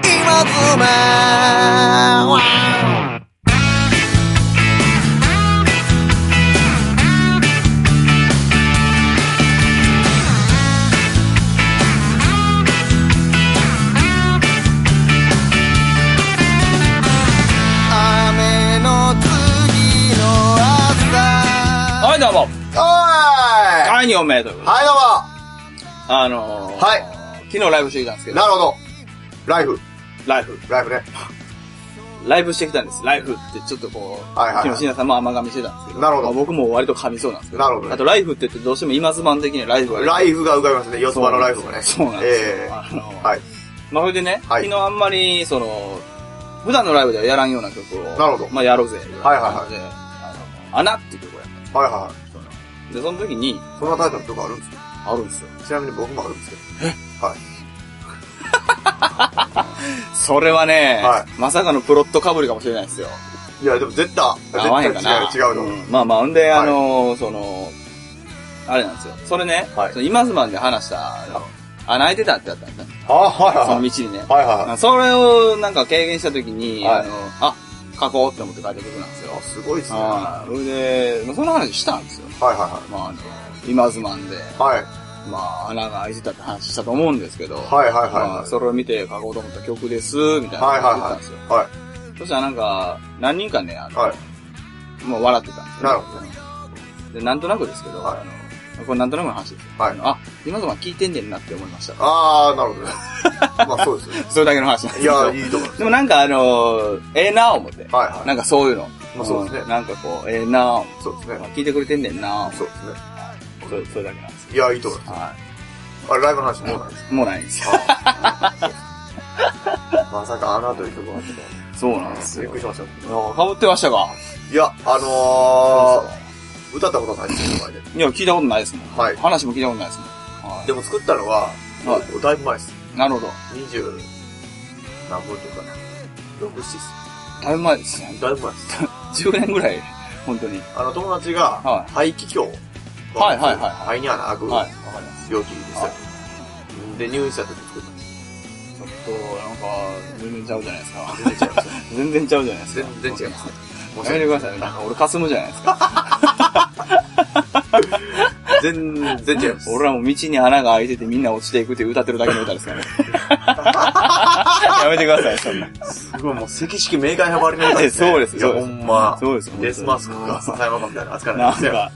妻は雨の次の朝はい、どうも。おーいはい、2本目ということで。はいどあのー、はい。昨日ライブしてきたんですけうもど、なるほどライフライフ。ライフねライブしてきたんです。ライフってちょっとこう、はいはいはい昨日深夜さんも甘噛みしてたんですけど、なるほどまあ僕も割と噛みそうなんですけど、なるほどねあとライフって言ってどうしても今ズマン的にはライフが出てくる。ライフが浮かびますね四つ葉のライフがねそうなんですよ。えあのえーはいまあ、それでね、はい昨日あんまり、その、普段のライブではやらんような曲を、なるほどまあ、やろうぜ。はいはいはいで、あの、穴っていう曲をやっはいはたんですよで、その時に、いそんなタイプのとこあるんですかあるんですよ。ちなみに僕もあるんですけどはいそれはね、はまさかのプロット被りかもしれないですよ。いやでも絶対合わへん絶か対な。違う違うの、んまあまあ、ほんで、はいあのー、その、あれなんですよ。それね、はいその今ズマンで話した、あの穴開いてたってあったんですね。あはいその道はいにね。はいはいはそれをなんか軽減した時に、はいあの、あ、書こうって思って書いた曲なんですよい。すごいですねははい。それで、まあその話したんですよ。いはいはいまあ、あの、今ズマンで、はい。まあ、穴が開いてたって話したと思うんですけど、はいはいはいはいまあ、それを見て書こうと思った曲です、みたいなはいこと言ってはたんですよ。いはい。はそしたらなんか、何人かね、あい。の、はい。もう笑ってたんですよ、なるほどね。で、なんとなくですけど、はいあの、これなんとなくの話ですよ。はいあのあ、今のは聞いてんねんなって思いました。あー、なるほどね。ま あそうですよ。それだけの話なんですいけやど。ー、いいと思います。でもなんかあのー、ええなぁ思って。はいはい。なんかそういうの。まあそうですねんなんかこう、ええなぁそうです思っね。て。聞いてくれてんねんなぁ思ってそうですね。それそれだけなんですよ。いやー、いいと思いまはす。あれ、ライブの話もうないです。い。もうないんですよ。まさか、アナという曲はちょっ と、そうなんですびっよく。りしましたよ。かぶってましたかいや、あのー、歌ったことないですよ、前で。いや、聞いたことないですもん。はい話も聞いたことないですもん。はでも作ったのは、はだいぶ前です。い。なるほど。二十、何本とかな。六、七です。だいぶ前ですね。だいぶ前です。 10年ぐらい、 本当に。あの、友達はが、い肺気胸。はいはいはい肺に穴開くはい。わ病かります。気でしたよ。で、入院した時作ったんです。ちょっと、なんか、全然ちゃうじゃないですか。全然違います。全然ちゃうじゃないですか。全然違いますね。申しやめ訳てなくいださい。なんか俺かすむじゃないですか。全然違います。俺らも道に穴が開いててみんな落ちていくって歌ってるだけの歌ですからね。やめてください、そんな。すごいもう、赤色明快派ばりの歌ですね。そうですいや、そうでほすんま。そうです本当にデスマスクが笹山かみたいな扱いなんですよ。か、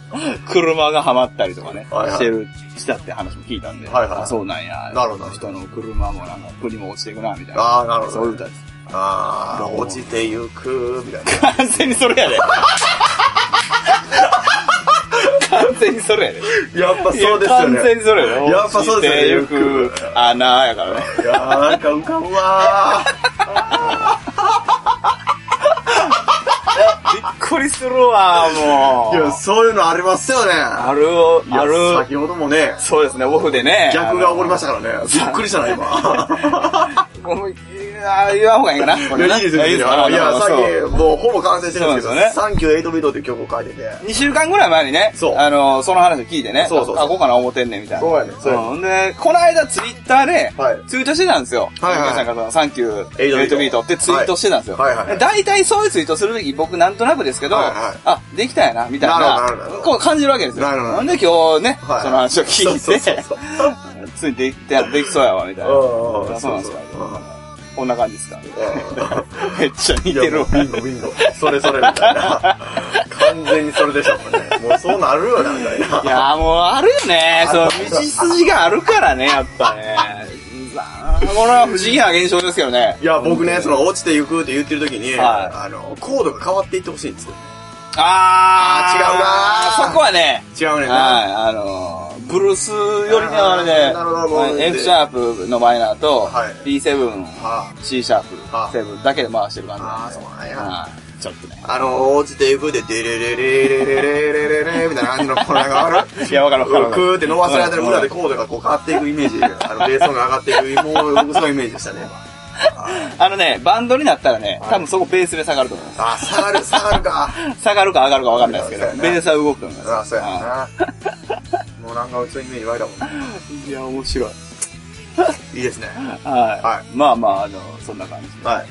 車がハマったりとかね、はいはいしてる、したって話も聞いたんで、はいはいあそうなんや。なるほど人の車もなんか、国も落ちていくな、みたいな。あー、なるほど。そういう歌です。あー、落ちてゆく、みたいな。完全にそれやで。完全にそれやで。 やっぱそうですよいや完全ね。にそれやで。やっぱそうですよねよく、穴やからね。いやー、なんか浮かぶわー。びっくりするわ、もう。 いや、そういうのありますよね。あある、ある。先ほどもね、そうですね、オフでね。逆が起こりまししたからね。びっくりしたな、今。た。もういや言わんほうがいいかな。こ いれや、ねいいですよ、いいですよ。あのいや、さっき、もうほぼ完成してるんですそけうなんでど、すサンキューエイトビートっていう曲を書いて て。 2週間ぐらい前にね、そうあの、その話を聞いてね、そうそうそうあ、こうかな思ってんねんみたいな。そうやねそうやねんで、この間ツイッターで、はいツイートしてたんですよ。はいはい皆さんがそのサンキュー、エイトビートエイトビートってツイートしてたんですよ。はいはいはいで大体そういうツイートするとき、僕なんとなくですけど、はいはいあ、できたんやな、みたいな、なるほどなるほどこう感じるわけですよ。なるほどんで今日ね、はいその話を聞いて、そうそうそうそうついていって、できそうやわ、みたいな。うんうんうんそうなんですかそうそううん。こんな感じですか。めっちゃ似いてやるもわう。ビンゴビンゴ。それそれみたい な。完全にそれでしたもんね。もうそうなるよな、みたいいな。やーもうあるよね。あそるう、道筋があるからね、やっぱね。あーこれは不思議な現象ですけどねい。や、僕ね、その、落ちていくって言ってる時に、はいあの、コードが変わっていってほしいんですよ。あー、あー違うなーそこはね、違うねんな。はい、あのー、ブルース寄りのあれで、あーなるほどもう F シャープのマイナーと、はい B7、あ C シャープ、あ7だけで回してる感じあー、そうなんで。なんや。はいちょっとね。あの、落ちていくで、デレレレレレレレレレみたいな感じの、このなんか、あるいや、わかるわかるわかクる。ーって伸ばされてる裏でうんコードがこう変わっていくイメージ、あの、ベース音が上がっていく、もう、僕そのイメージでしたね。あのね、バンドになったらね、多分そこベースで下がると思います。あ、下がる、下がるか。下がるか上がるかわかんないですけどそうや、なベースは動くと思います。あ、そうはいやな。もうなんか、うちのイメージ湧いたもん。いや、面白い。いいですね。はい。はまあまあ、あの、そんな感じで。はい。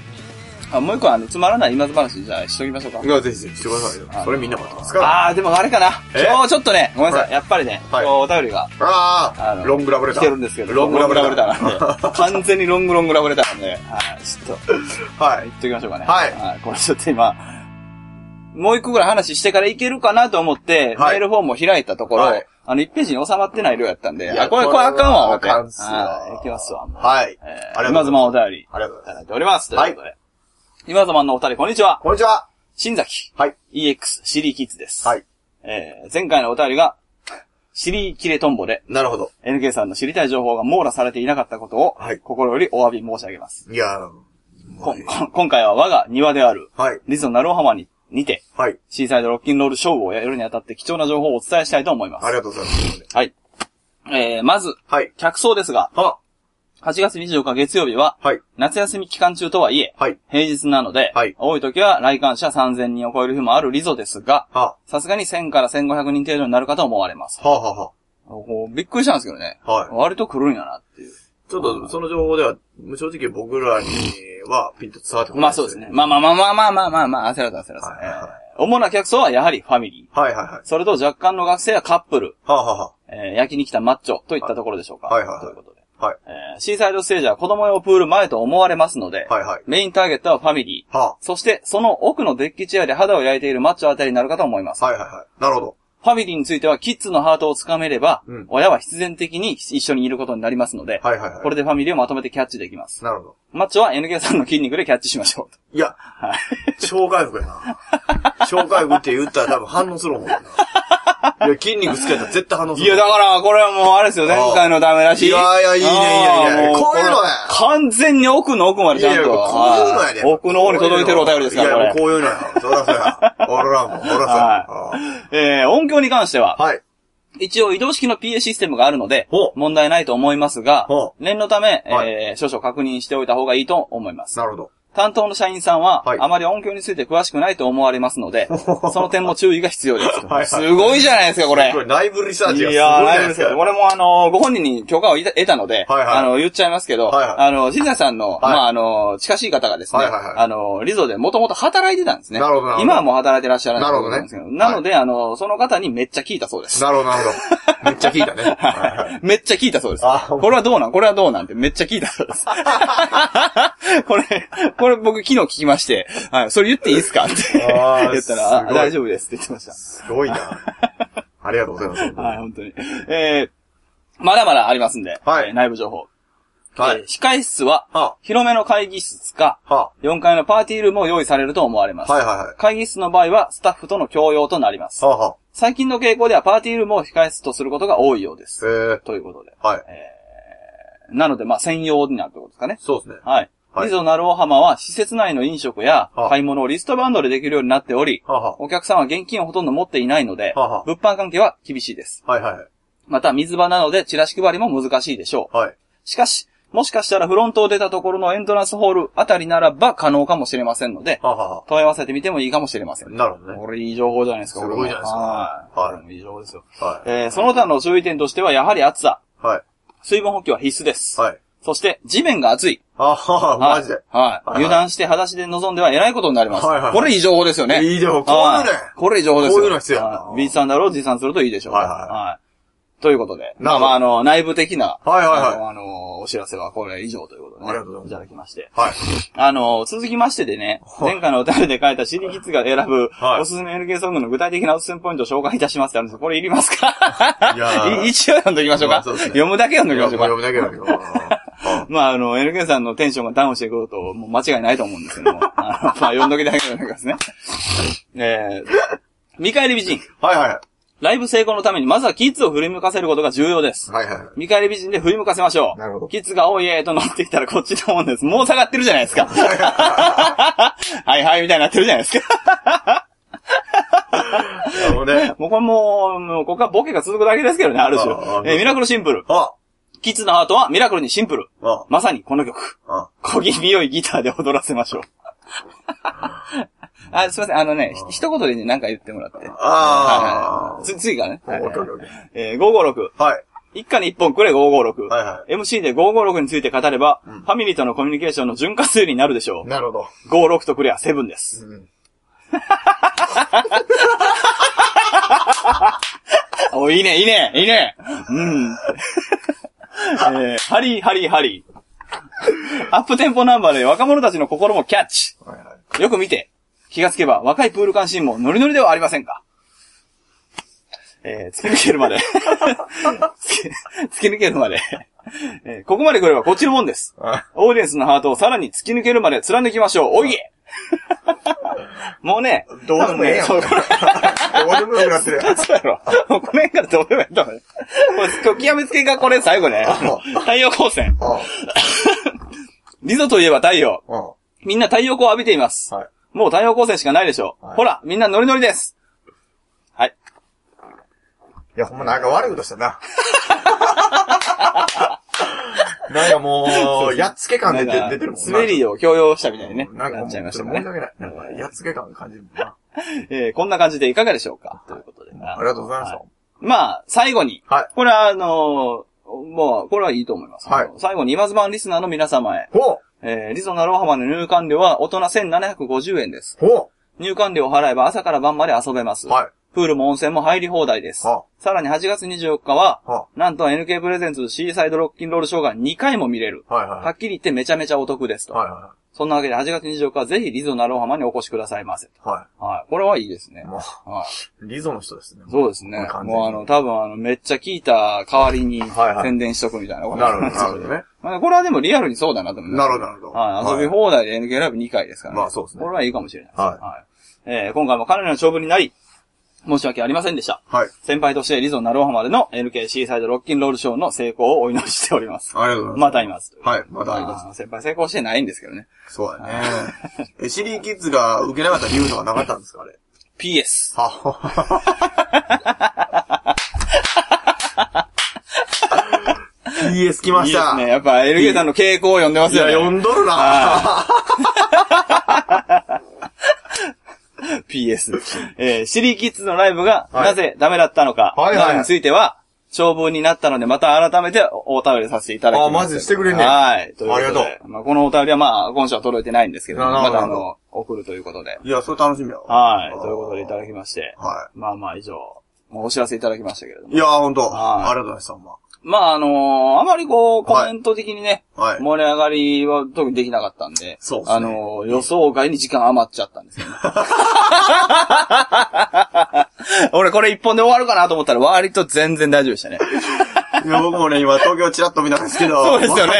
あ、もう一個、あの、つまらない今津話、じゃあ、しときましょうか。いや、ぜひぜひしてくださいよあ。のそれみんな待ってますから。あー、でもあれかな。え今日ちょっとね、ごめんなさはいい。やっぱりね、今はい日お便りがあああのロングラブレ来ター。てるんですけど、ロングラブレター。なん で、完全にロングロングラブレターなんで、はい、ちょっと、 はい言。っときましょうかね。はいこれちょっと今、もう一個ぐらい話してからいけるかなと思って、はいメールフォームを開いたところ、はいあの、1ページに収まってない量やったんで、いやあ、これ、これあかんわ、思ってあかんっすよはいいきますわ、もう。はい。えあー、り今がとうござ妻おいます。便り、いありがとうござたいまだいております。とはいいうことで。今妻のお二人、こんにちはす。。こんにちは。新崎、はい。 EX、シリーキッズです。はい。えー、前回のお便りが、シリーキレトンボで、なるほど。 NK さんの知りたい情報が網羅されていなかったことをはい、心よりお詫び申し上げます。いやーこんこん今回は我が庭である、はい。リゾナローハマに、にて、はい。シーサイドロッキンロールショーをやるにあたって貴重な情報をお伝えしたいと思います。ありがとうございます。はい。えー、まず、はい。客層ですが、は、 8月24日月曜日は、はい。夏休み期間中とはいえ、はい。平日なので、はい多い時は来館者3000人を超える日もあるリゾですが、は、さすがに1000から1500人程度になるかと思われます。はあ、はあはこうびっくりしたんですけどね。あ、はい。割と来るんやなっていう。ちょっと、その情報では、正直僕らにはピンと伝わってこない。まあそうですね。。まあまあまあまあまあまあまあ、まあ、焦らず焦らず、はいはいはいえー主な客層はやはりファミリー。はいはいはい。それと若干の学生やカップル、はあ、はえー焼きに来たマッチョといったところでしょうか。はいはいはいということで。あ、はい。えーシーサイドステージは子供用プール前と思われますので、はいはい。メインターゲットはファミリー。はそして、その奥のデッキチェアで肌を焼いているマッチョあたりになるかと思います。あ、はいはいはい。なるほど。ファミリーについては、キッズのハートをつかめれば、うん親は必然的に一緒にいることになりますので、はいはいはい。これでファミリーをまとめてキャッチできます。なるほど。マッチョは NK さんの筋肉でキャッチしましょいや、超回復やな。超回復って言ったら多分反応するもんな。いや、筋肉つけたら絶対反応う。す いる。や、だから、これはもうあれですよ、あ前あ回のダメらしい。いやいやいいねいいねいいねああもこういうのねこれ完全に奥の奥までいちゃやんいと。や、こういうのやで。はい奥の方に届いてるお便りですかいら、やこいや、れ。こういうのや。そらそや。俺らも、俺らさ。えー、音響に関しては、はい。一応移動式の PA システムがあるのでほ、う問題ないと思いますがほ、念のため、はえー少々確認しておいた方がいいと思います。なるほど。担当の社員さんははい、あまり音響について詳しくないと思われますの で、その点も注意が必要ですとはいはいすごいじゃないですか、これこ。れ内部リサーいチがすごいじやゃー、なないいでですすかよ。。俺もあの、ご本人に許可をいた得たので、はいはいあの、言っちゃいますけど、はいはいあの、新谷さんの、いまあ、あの、近しい方がですね、はいはいはいあの、リゾでもともと働いてたんですね。なるほどなるほど今はもう働いてらっしゃらないなるほどねということなんですけどなので、あの、その方にめっちゃ聞いたそうです。なるほど、なるほど。めっちゃ 聞いたね。はいはいめっちゃ聞いたそうです。あほんまこれはどうなんこれはどうなんってめっちゃ聞いたそう です。これ、これ僕昨日聞きまして、はい、それ言っていいですかってあ ー言ったら、あすごい大丈夫ですって言ってました。すごいな。ありがとうございます。はい、本当に。えー、まだまだありますんで、はいえー内部情報。はえーい。控室は、は広めの会議室か、あ、は4階のパーティールームを用意されると思われまあ、す。はいはいはい。会議室の場合は、スタッフとの共用となりますは。あ、は最近の傾向では、パーティールームを控室とすることが多いようであ。す。えということで。ー、はい。なので、まあ、専用になるってことですかね。そうですね。はい。はいリゾナルオハマは、施設内の飲食やはあ、買い物をリストバンドでできるようになっており、はあ、はお客さんは現金をほとんど持っていないので、はあはあ物販関係は厳しいです。あ。はいはいはい。また、水場なので、チラシ配りも難しいでしょう。はい。しかし、もしかしたらフロントを出たところのエントランスホールあたりならば可能かもしれませんので、はあ、はあ、は問い合わせてみてもいいかもしれませあ。ん。なるほどね。これいい情報じゃないですか、すこれごいもじゃないですかはい。はいこれもいい情報ですよ。はい。えー、その他の注意点としては、やはり暑さ、はい。水分補給は必須です。はい。そして、地面が暑い。あはは、マジで。はい。はい油断して裸足で臨んでは偉いことになります。はいはいこれいい情報ですよね。いい情報こうはいうのねこれいい情報ですよ。こういうの必要やなはいビーチサンダルを持参するといいでしょう。はいはいはいいということで。なまあるほまどあ、あの、内部的な、はいはいはいあの、あのお知らせはこれ以上ということで、ね。ありがとうございますいただきまして。はい。あの、続きましてでね、はい前回のお便りで書いたシリキッズが選ぶ、はいおすすめ NK ソングの具体的なおすすめポイントを紹介いたしますってあるんですこれいりますかいやーい一応読んどきましょうまか。あそうですね読むだけ読んどきましょうか。読むだけだけど。はまあ、あの、NK さんのテンションがダウンしていくこと、もう間違いないと思うんですけど も。あのまあ、読んどきだけなんですね。えー、見返り美人。あはいはい。ライブ成功のために、まずはキッズを振り向かせることが重要です。はいはい。見返り美人で振り向かせましょう。なるほどキッズが、おいえーと乗ってきたらこっちのもんです。もう下がってるじゃないです か。はいはい、みたいになってるじゃないですか。あのね。もうこれもう、もうここはボケが続くだけですけどね、ある種あああ。えーミラクルシンプル。あキッズのハートはミラクルにシンプル。あまさにこの曲。あ小気味良いギターで踊らせましょう。 あ、すいません。あのね、ひ一言でね、なんか言ってもらって。はいあはいつ次がね。あ。はいオッケーオッケーオッケえー、556。ーはい。一家に一本くれ556。はいは MC で556について語れば、うんファミリーとのコミュニケーションの潤滑油になるでしょなるほど。う。56とくれは7です。うん。お、いいね、いいね、いいね。うん。 えー、ハリー、ハリー、ハリー。アップテンポナンバーで若者たちの心もキャッチ。はいはい。よく見て。気がつけば若いプール関心もノリノリではありませんか。えー、突き抜けるまで。 突き突き抜けるまで。えーここまで来ればこっちのもんです。あオーディエンスのハートをさらに突き抜けるまで 貫きましょう。おいえもうね、どうでもええやん多分ねそうどうでもよくなっ てるやん。そうやろ。もうこの辺からどうでもいいと思う。もう、極やめつけがこれ最後 ね。太陽光線。あリゾといえば太陽。あ、あみんな太陽光を浴びています。あ、はい。もう太陽光線しかないでしょう。はいほら、みんなノリノリです。はい。いや、ほんまなんか悪いことし たな。なんかもう、やっつけ感出てなんか出てるもんな。滑りを強要したみたいにね。なんなかもっう、ちちゃいょっまとした申けしどね。訳ない。なんか、やっつけ感感じるもんな。えーこんな感じでいかがでしょうかということで。ありがとうございましはた。まあ、最後に。はいこれは、あのーもう、これはいいと思います。はい最後に、今ズバンリスナーの皆様へ。ほうえー、リゾナローハマの入館料は大人1750円です。ほ入館料を払えば朝から晩まで遊べます。うはい。プールも温泉も入り放題です。はさらに8月24日は、あ、はなんと NK プレゼンツシーサイドロッキンロールショーが2回も見れる。あ、はいははっきり言ってめちゃめちゃお得ですい。と。はいはそんなわけで8月24日はぜひリゾナローハマにお越しくださいませと。い。ははい。これはいいですねい。。もはい。う、リゾの人ですね。そうですねこれ。完全にもうあの、多分あの、めっちゃ聞いた代わりにはいはい宣伝しとくみたいなことなるほど、んですなよるほどね。まあこれはでもリアルにそうだなと思います。なるほど、なるほど。はい。遊び放題で NK ライブ2回ですからね。まあそうですねこれはいいかもしれないです。はいえー今回もかなりの勝負になり、申し訳ありませんでした。はい。先輩としてリゾンナローハマでの NKC サイドロッキンロールショーの成功をお祈りしております。ありがとうございままたいます。す。はい、まだあります。あー先輩成功してないんですけどね。そうだね。え、シリーキッズが受けなかった理由とかなかったんですかあれ。 PS。は、PS 来まいいしでたす。ね。やっぱ LK さんの傾向を読んでますいや、よ読ね。んどるなは PS。えーシリーキッズのライブがはいなぜダメだったのか、はいはいなどについては、長文になったので、また改めておお便りさせていただきます。あマジしてくれんねはい。ということでありがまあ、このお便りはまあ、今週は届いてないんですけど、なるほまどたあなるの、送るということで。いや、それ楽しみやわはい。ということでいただきまして。はまあまあ以上、まあお知らせいただきましたけれどい。いも。や、ほんと。はいありがとうございました、ほんま。まああのーあまりこう、コメント的にね、はい。盛り上がりは特にできなかったんで、そうっすねあのー予想外に時間余っちゃったん ですよね。俺これ一本で終わるかなと思ったら割と全然大丈夫でしたね。いや、僕もね、今、東京チラッと見たんですけど。そうですよね。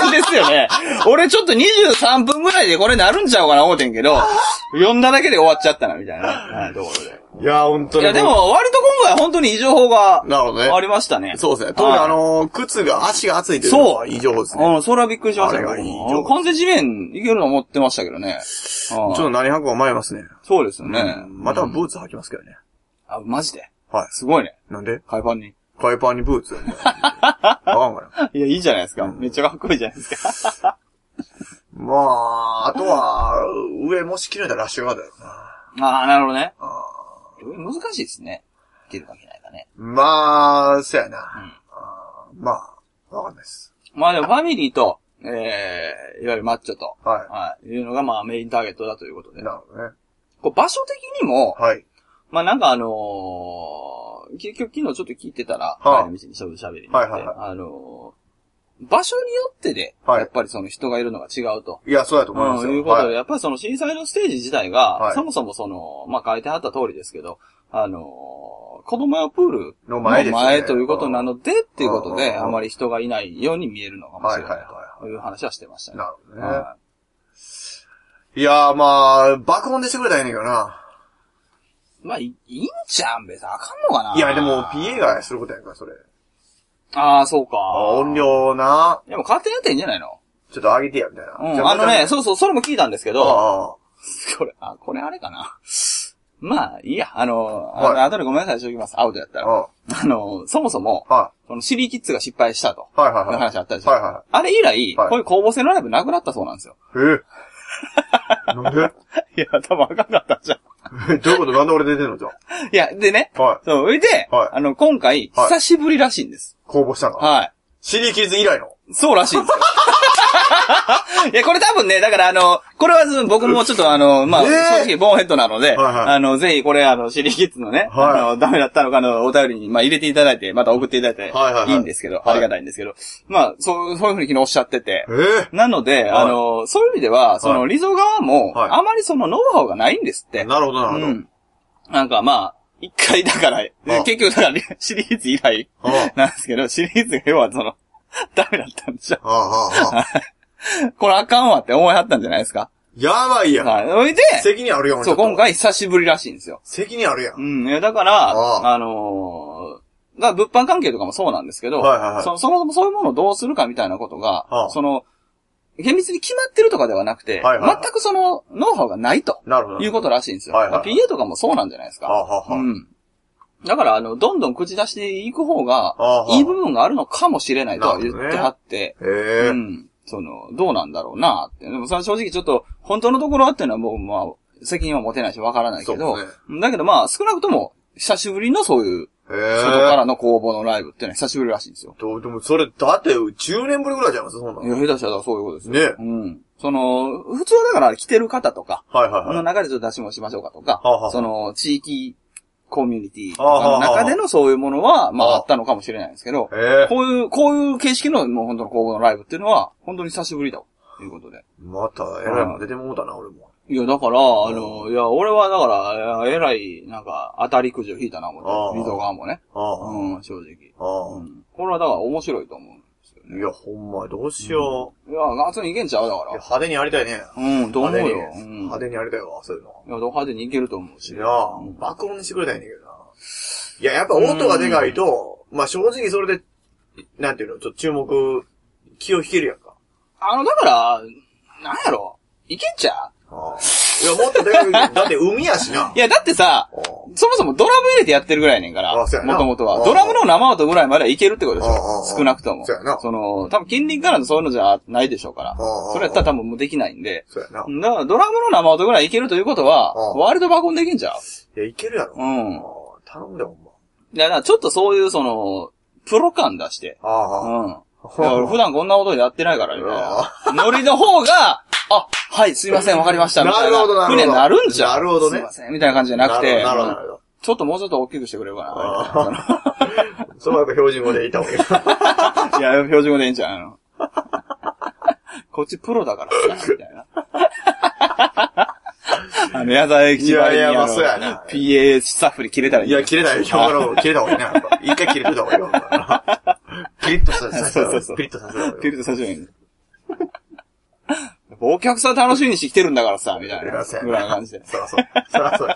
全然ですよね。俺ちょっと23分ぐらいでこれなるんちゃうかな思うてんけど、読んだだけで終わっちゃったな、みたいな。はい、ところで。いや、ほんといや、で。も、割と今回本当に異常法がなるほどね。ありましたね。そうですね。と特にあのー、靴が、足が熱いというのは異常ですね。うん、それはびっくりしましたあれがいいよ。完全地面いけるの思ってましたけどね。ちょちょっと何履くか迷いますね。そうですよね。またブーツ履きますけどね。あ、マジで。はい。すごいね。なんで海パンに。パイパーにブーツあかんかな。 いや、いいじゃないですか。うんめっちゃかっこいいじゃないですか。まあ、あとは、上もし切れたらラッシュガードやろな。 ああ、なるほどね。あ難しいですね。いけるかいけないかね。ーまあ、そうやな。あーまあ、わかんないです。まあでも、ファミリーと、ええ、いわゆるマッチョと、ははい、いうのがまあメインターゲットだということい。で。なるほどね。こう場所的にも、はい。まあなんかあのー結局昨日ちょっと聞いてたら、はあ帰り道にしゃべ喋りに行って、はいはいあのー場所によってで、はいやっぱりその人がいるのが違うと。いや、そうやと思いまうすん、よ。いうことで、はいやっぱりその震災のステージ自体が、はいそもそもその、まあ書いてあった通りですけど、あのー子供用プールのの前ですよね前ということなので、っていうことで、うんあまり人がいないように見えるのかもしれはないいはいはいという話はしてましたね。なるほどね。はいやーまあ、爆音でしてくれたらええねんけどな。いまあ、いいいんちゃうん別にあかんのかないや、でも PA がすることやんから、それ。ああ、そうか。あ音量な、でも勝手にやっていいんじゃないのちょっと上げてや、みたいうな。じゃん。あのね、、じそうそう、それも聞いたんですけゃど、ああ、これ、あ、これあれかな。まあ、いいや、あの、あはい後でごめんなさい、しときます。アウトやったあら。あ、あの、そもそも、はこのシリーキッズが失敗したと。い。はいはいはい。いう話あったでしょはいはあれ以来、はこいういう公募制のライブなくなったそうなんですよ。い。ええなんでいや、多分あかんかったじゃん。どういうことなんで俺出てんのじゃいや、でね。あはい。そう、それで、はいあの、今回、はい久しぶりらしいんです。公募したの。はい。シリキーズ以来の。そうらしいんです よ。いや、これ多分ね、だからあの、これはず僕もちょっとあの、まあ、ねえ正直ボンヘッドなので、はいはいあの、ぜひこれあの、シリーキッズのね、はいあの、ダメだったのかあの、お便りに、まあ、入れていただいて、また送っていただいてはいはいは、いいいんですけど、はいありがたいんですけど、まあ、そう、そういうふうに昨日おっしゃってて、ええなので、はいあの、そういう意味では、その、リゾ側も、はいあまりその、ノウハウがないんですって。なるほど、なるほど。うん。なんかまあ、一回だから、結局だから、シリーズ以来あなんですけど、シリーズが要はその、ダメだったんでしょあ、ああ、ああ。これあかんわって思いはったんじゃないですか。やばいやん。はい。それで、責任あるやん、俺そちょう、っと今。回久しぶりらしいんですよ。責任あるやん。うん。いやだから、ああのー、が物販関係とかもそうなんですけど、はいはいはいそそもそもそういうものをどうするかみたいなことが、ああその、厳密に決まってるとかではなくて、はいはいはい全くその、ノウハウがないとなるほど。いうことらしいんですよ。はいはいはいまあ PA とかもそうなんじゃないですああ、か。はあ、うはん。だから、あの、どんどん口出していく方がああ、いい部分があるのかもしれないとは言ってはって、あ。ええうん。その、どうなんだろうなって。でもさ、正直ちょっと、本当のところはっていうのはもう、まあ、責任は持てないし、わからないけど、そうでだけどまあ、少なくとも、久しぶりのそういう、え外かえらの工房のライブっていうのは久しぶりらしいんですよ。どうでも、それ、だって、10年ぶりぐらいじゃないですか、そんないの。や、下手したらそういうことですよ。ねうん。その、普通はだから来てる方とか、はいはいはのい。中でちょっと出しもしましょうかとかあは、はその、地域コミュニティとかの中でのそういうものは、まああ、はあったのかもしれないですけど、ええこういう、こういう形式のもう本当の工房のライブっていうのは、本当に久しぶりだ、ということで。また、えらいもん出てもうたな、俺も。いや、だから、あの、いや、俺はだから、いやえらい、なんか、当たりくじを引いたな、思あっあて。リゾ側もね。ああ。うん、正直。あうあ。ん。これはだから面白いと思うんですよね。いや、ほんま、どうしよいや、ガツンいけんちゃうだう。いやか派手にやりたいね。ら。うん、と思う派手よに。うん。い派手にやりたいわ、そういうの。や、ド派手にいけると思うし。いやー、爆音にしてくれたらいいんだけどな。いや、やっぱ音がでかいと、まあ正直それで、なんていうの、ちょっと注目、気を引けるやんか。あの、だから、なんやろ。いけんちゃああいや、もっとでか く、だって海やしなうい。や、だってさ、ああそもそもドラム入れてやってるぐらいねんから、あもそうやなともとあは。ドラムの生音ぐらいまではいけるってことでしああょ。少なくとも。そうやなの、多分近隣からのそういうのじゃないでしょうから。ああそれやったら多分もうできないんで。そうやな。だからドラムの生音ぐらいいけるということは、ああ割と爆音できんじゃん。いや、いけるやろ。うんああ頼んでほんま。いや、だからちょっとそういうその、プロ感出して。うん。ああ。いや俺普段こんなことやってないから、みあたいな。ノリの方が、あ、はい、すいません、わかりました、みたいな。なるほどなるほど船なるんじゃん。なるほどねすいません、みたいな感じじゃなくて。なるほど、なるほど。ちょっともうちょっと大きくしてくれるかな。ああ。そのやっぱ標準語でいた方がいい。いや、標準語でいいんじゃんあの。 こっちプロだからさ、みたいな。 あの、矢沢永吉ばりにいやいやまああのそうやな PA スタッフに切れたらいいいんじゃなや、い。切れない。今日の、切れた方がいいな。やっぱ一回切れといた方がいいわ。ピリッとさせたそう方がそいうそうピリッとさせた方がいピいリッとさせる お客さん楽しみにして来てるんだからさ、みたいな。そうやなぐらいの感 じで。そらそう。そらそうや。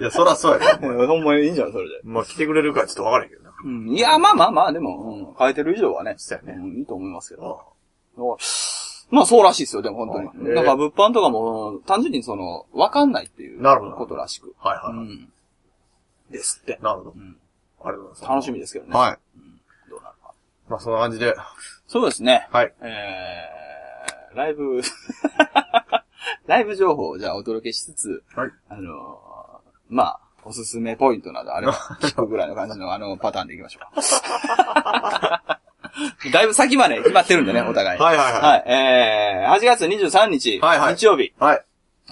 いや、そらそうやで。もうほんまにいいんじゃん、それで。まあ、来てくれるかちょっとわからへんけどな。うん。いや、まあまあまあ、でも、うん、変えてる以上はね。そうやねんいいと思いますけど。あまあそうらしいですよ、でも本当はいに。なんか物販とかも、単純にその、わかんないっていう。なるほどことらしく。あはいうはん。ですってい。。なるほど。んありがとうございます。楽しみですけどね。はい。どうなるか。まあ、そんな感じで。そうですね。はい。えー、ライブ、 ライブ情報をじゃあお届けしつつ、はい。あのーまあ、おすすめポイントなどあれば聞くぐらいの感じ のあのパターンでいきましょうか。 だいぶ先まで決まってるんでね、お互い。。はいはいはいえー、8月23日、はいはい日曜日、はい。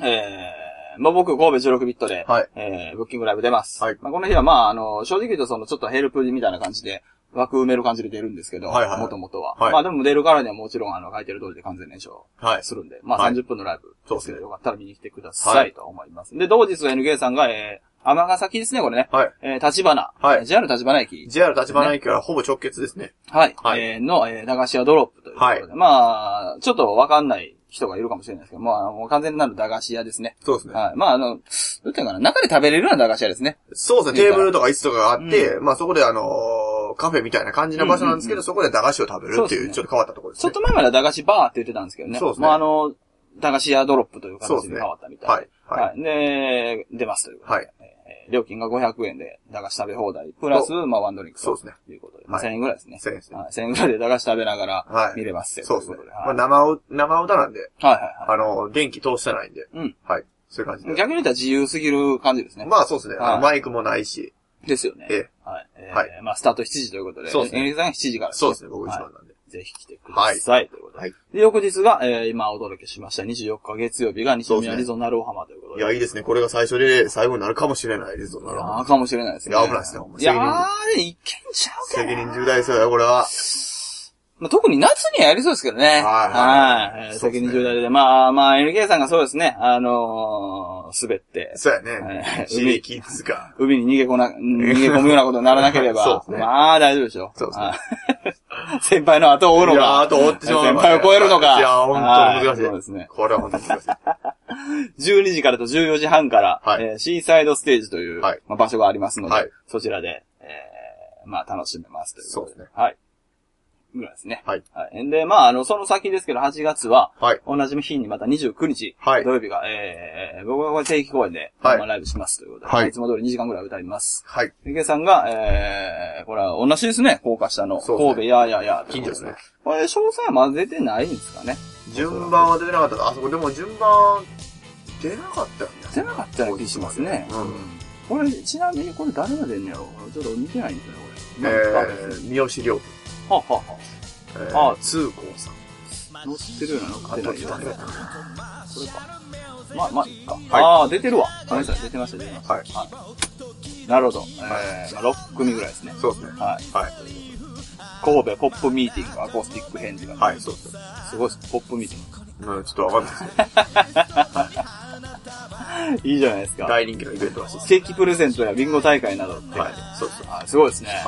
えー、まあ僕、神戸16ビットで、はいえー、ブッキングライブ出ます。はいまあこの日は、まあ、あの、正直言うと、その、ちょっとヘルプみたいな感じで、枠埋める感じで出るんですけど、はいはいもともとは。はいまあでも出るからにはもちろん、あの、書いてる通りで完全燃焼はい。するんで、まあはい30分のライブそでうですすねけど、よかったら見に来てくださはいと思います。で、同日 NK さんが、えー、尼崎ですね、これね。はい。えー、立花。はいえー JR 立花駅。 JR 立花駅からほぼ直結ですね。はい。はいえーの、えー、駄菓子屋ドロップということで。はまあ、ちょっとわかんない人がいるかもしれないですけど、まあ、もう完全なる駄菓子屋ですね。そうですね。はい。まあ、あの、どうていうのかな、中で食べれるような駄菓子屋ですね。そうですね。テーブルとか椅子とかがあって、まあ、そこであのー、カフェみたいな感じの場所なんですけど、そこで駄菓子を食べるってそうですいう、ねちょっと変わったところですちょねっ。と前までは駄菓子バーって言ってたんですけどね。そうですねまあ、あの、駄菓子屋ドロップというそう形でですね変わったみたいはい。で。はい。はい。で、出ますということではい。えー料金が500円で駄菓子食べ放題、プラス、まあ、ワンドリンクとそうですねいうことで。はい1000円ぐらいですね。 1000円ですねはい。1000円ぐらいで駄菓子食べながはらい見れますよそうですねとい。ことでまあ、はい生歌、生歌なんで、はいはいはい。あのー、電気通してないんで。うん。はい。そういう感じで。逆に言ったら自由すぎる感じですね。まあそうですね。はいマイクもないし。ですよね。ええはい。えーはまあ、スタート7時ということで。そうですねエリさんが7時から。そうですね、僕一はい番なんで。ぜひ来てください。ということで。はいで、翌日が、えー今お届けしました24日月曜日が西そうです宮ねアリゾナルオハマということいで。や、いいですね。これが最初で最後になるかもしれないですよ。なるあほーかもしれないですね。いや危ないですねほんまいやー、あれいけんちゃうどか責任な。重大ですよ、これは。まあ、特に夏にはやりそうですけどね。はいはいはい。そう責ですね任重大で。まあ、まあ、NK さんがそうですね。あのー、滑って、そうやはいね。刺激っつか。海に逃げこな、逃げ込むようなことにならなければ。そうですねまあ、大丈夫でしょそうですねはい 先輩の後を追うのいやーが。あと追ってしまう。先輩を超えるのかいやー本当に難しい。はいそうですねこれは本当に難しい。 12時からと14時半から、はいえーシーサイドステージという、はいまあ、場所がありますので、はいそちらで、えーまあ、楽しめますということで。そうですね。はい。ぐらいですね。はい。はい。で、まあ、あの、その先ですけど、8月は、はい。同じ日にまた29日、はい土曜日が、えー、僕はこれ定期公演で、はいまあライブしますということで、はいいつも通り2時間ぐらい歌います。はい。ゆけさんが、えー、これは同じですね、高架下の、そうですね神戸、やーやーやーというこ近と所ですね。これ、詳細はまだ出てないんですかね。順番は出てなかったかあそこでも順番、出なかったよね。出なかったような気しますね。うん。これ、ちなみにこれ誰が出んのやろちょっと見てないんですよね、こえれ。ー、三好亮ー、はあはあはえあー、通行さん。あ乗ってるような、乗あってとないような。誰こだったかなれか。まあ、まあ、いいか。ああ、出てるわ。ごめんなさい、出てました、出てました。はいはい。なるほど。えー、まあ、6組ぐらいですね。そうですね。はい。はい。神戸ポップミーティング、アコースティック編っていうか、はい、そうですね。すごいです、ポップミーティンうん、ちょっとわかんないですね。グ。いいじゃないですか。大人気のイベントらしいです。ステーキプレゼントやビンゴ大会などって、はい、そうですね。はい、すごいですね。はい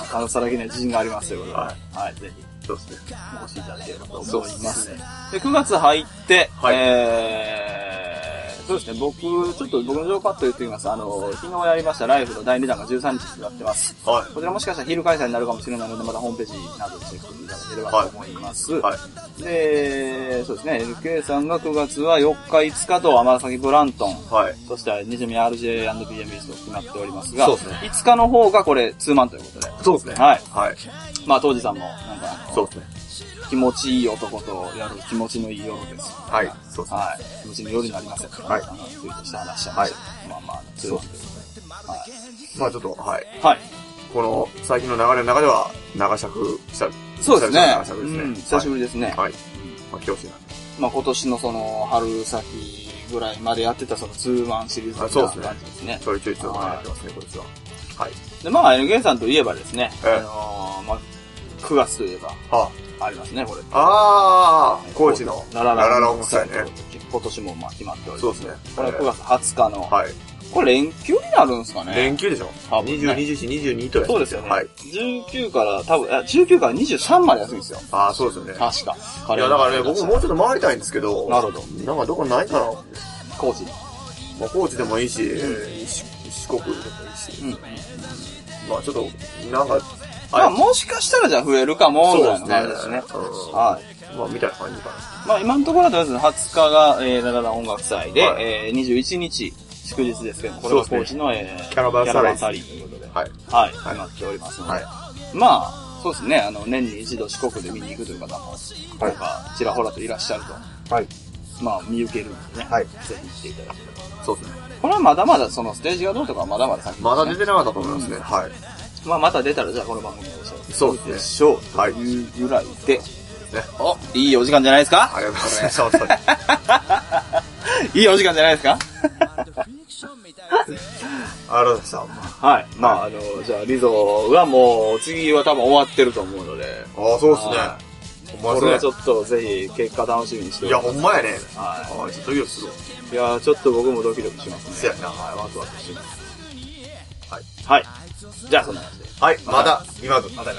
はい。たださらぎには自信がありますということで、ははい、ぜひ。そうですね。お越しいただければとそう思でいすます。で、9月入って、はいえー、そうですね、僕、ちょっと僕の情報パッと言ってみます。あの、昨日やりましたライフの第2弾が13日になってます。はこちらもしかしたら昼開催になるかもしれないので、またホームページなどでチェックいただければと思います。い。はい。で、そうですね、LK さんが9月は4日5日と天崎ブラントン、はい。そして西宮 RJ&BMS と決まっておりますが、そうですね5日の方がこれ2マンということで、そうですね。はいはい。まあ当時さんも、なんかあのそうですね。気持ちいい男とやる気持ちのいい夜です。はい。そうですね。はい。気持ちの夜になりません。はいあの、ツイートして話してました。まあまあ、そうなんです。まあちょっと、はい。はい。この最近の流れの中では、長尺した、そうですね久。々にうん長尺ですね久しぶりですね。はい。まあ、教師なんで。まあ今年のその、春先ぐらいまでやってたそのツーマンシリーズあそうみですたいなね感じですね。ちょいちょいちょいやってますね、こいつは。はい。で、まあ NK さんといえばですね、あええのー、まあ、9月といえば、あ、ありますね、これ。あー、高知のラララララオオンンススタタイイルルというねことで。今年もまあ決まっております。そうですね。これは9月20日の、はい。これ連休になるんですかね連休でしょ多分 ?20、21、22とやそうですよね。はい。 19から、多分、あ19から23まで休みですよ。あー、そうですよね。確か。いや、だからね、僕ももうちょっと回りたいんですけど、なるほどなんかどこないかな。コーチ。まあ、高知でもいいし、うし四国でもいいし、うん。まあちょっと、なんか、まあ、もしかしたらじゃあ増えるかも、ぐらいの感じですね。うんはい。まあ、みたいな感じかまあ、今のところはとりあえず20日が、えー、ラララ音楽祭で、はいえー、21日、祝日ですけども、これがコそうーでチすの、えー、キャラバンサリーサリーということで、な。はい。はい、はい決まっておりますので、はいまあ、そうですね、あの、年に一度四国で見に行くという方も、なんか、ちらほらといらっしゃると、はい。まあ、見受けるんでね、はいぜひ行っていただければそうですね。これはまだまだそのステージがどうとかはまだまだ先ですねまだ出てなかったと思いますね。はい。まあまた出たらじゃあこの番組でお知らせそうでするねでしょう。はいというぐらいで、ね。お、いいお時間じゃないですかありがとうございます。そうそう。いいお時間じゃないですかありがとうございました。はい。まああの、じゃあリゾはもう次は多分終わってると思うので、ああ、そうはですね。ほこれんまはちですょね。っとぜひ結果楽しみにしておいりや、ます。ほんまやね。ああ、ちはょっとドキドキするわ。い。いや、ちょっと僕もドキドキしますせね。やな。はい、ワクワクします。はい。はい。じゃあそんな感じで。はい、まだ、今と。まだい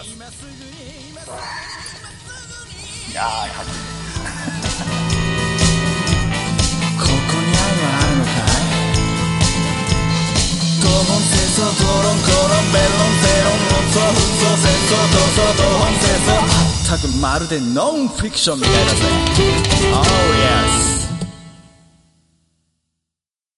やー ここに愛はあるのかいドボン戦争ドロンコロンベロンゼロンロンソフソ戦争ドソドホン戦争まったくまるでノンフィクションみたいだぜ Oh yes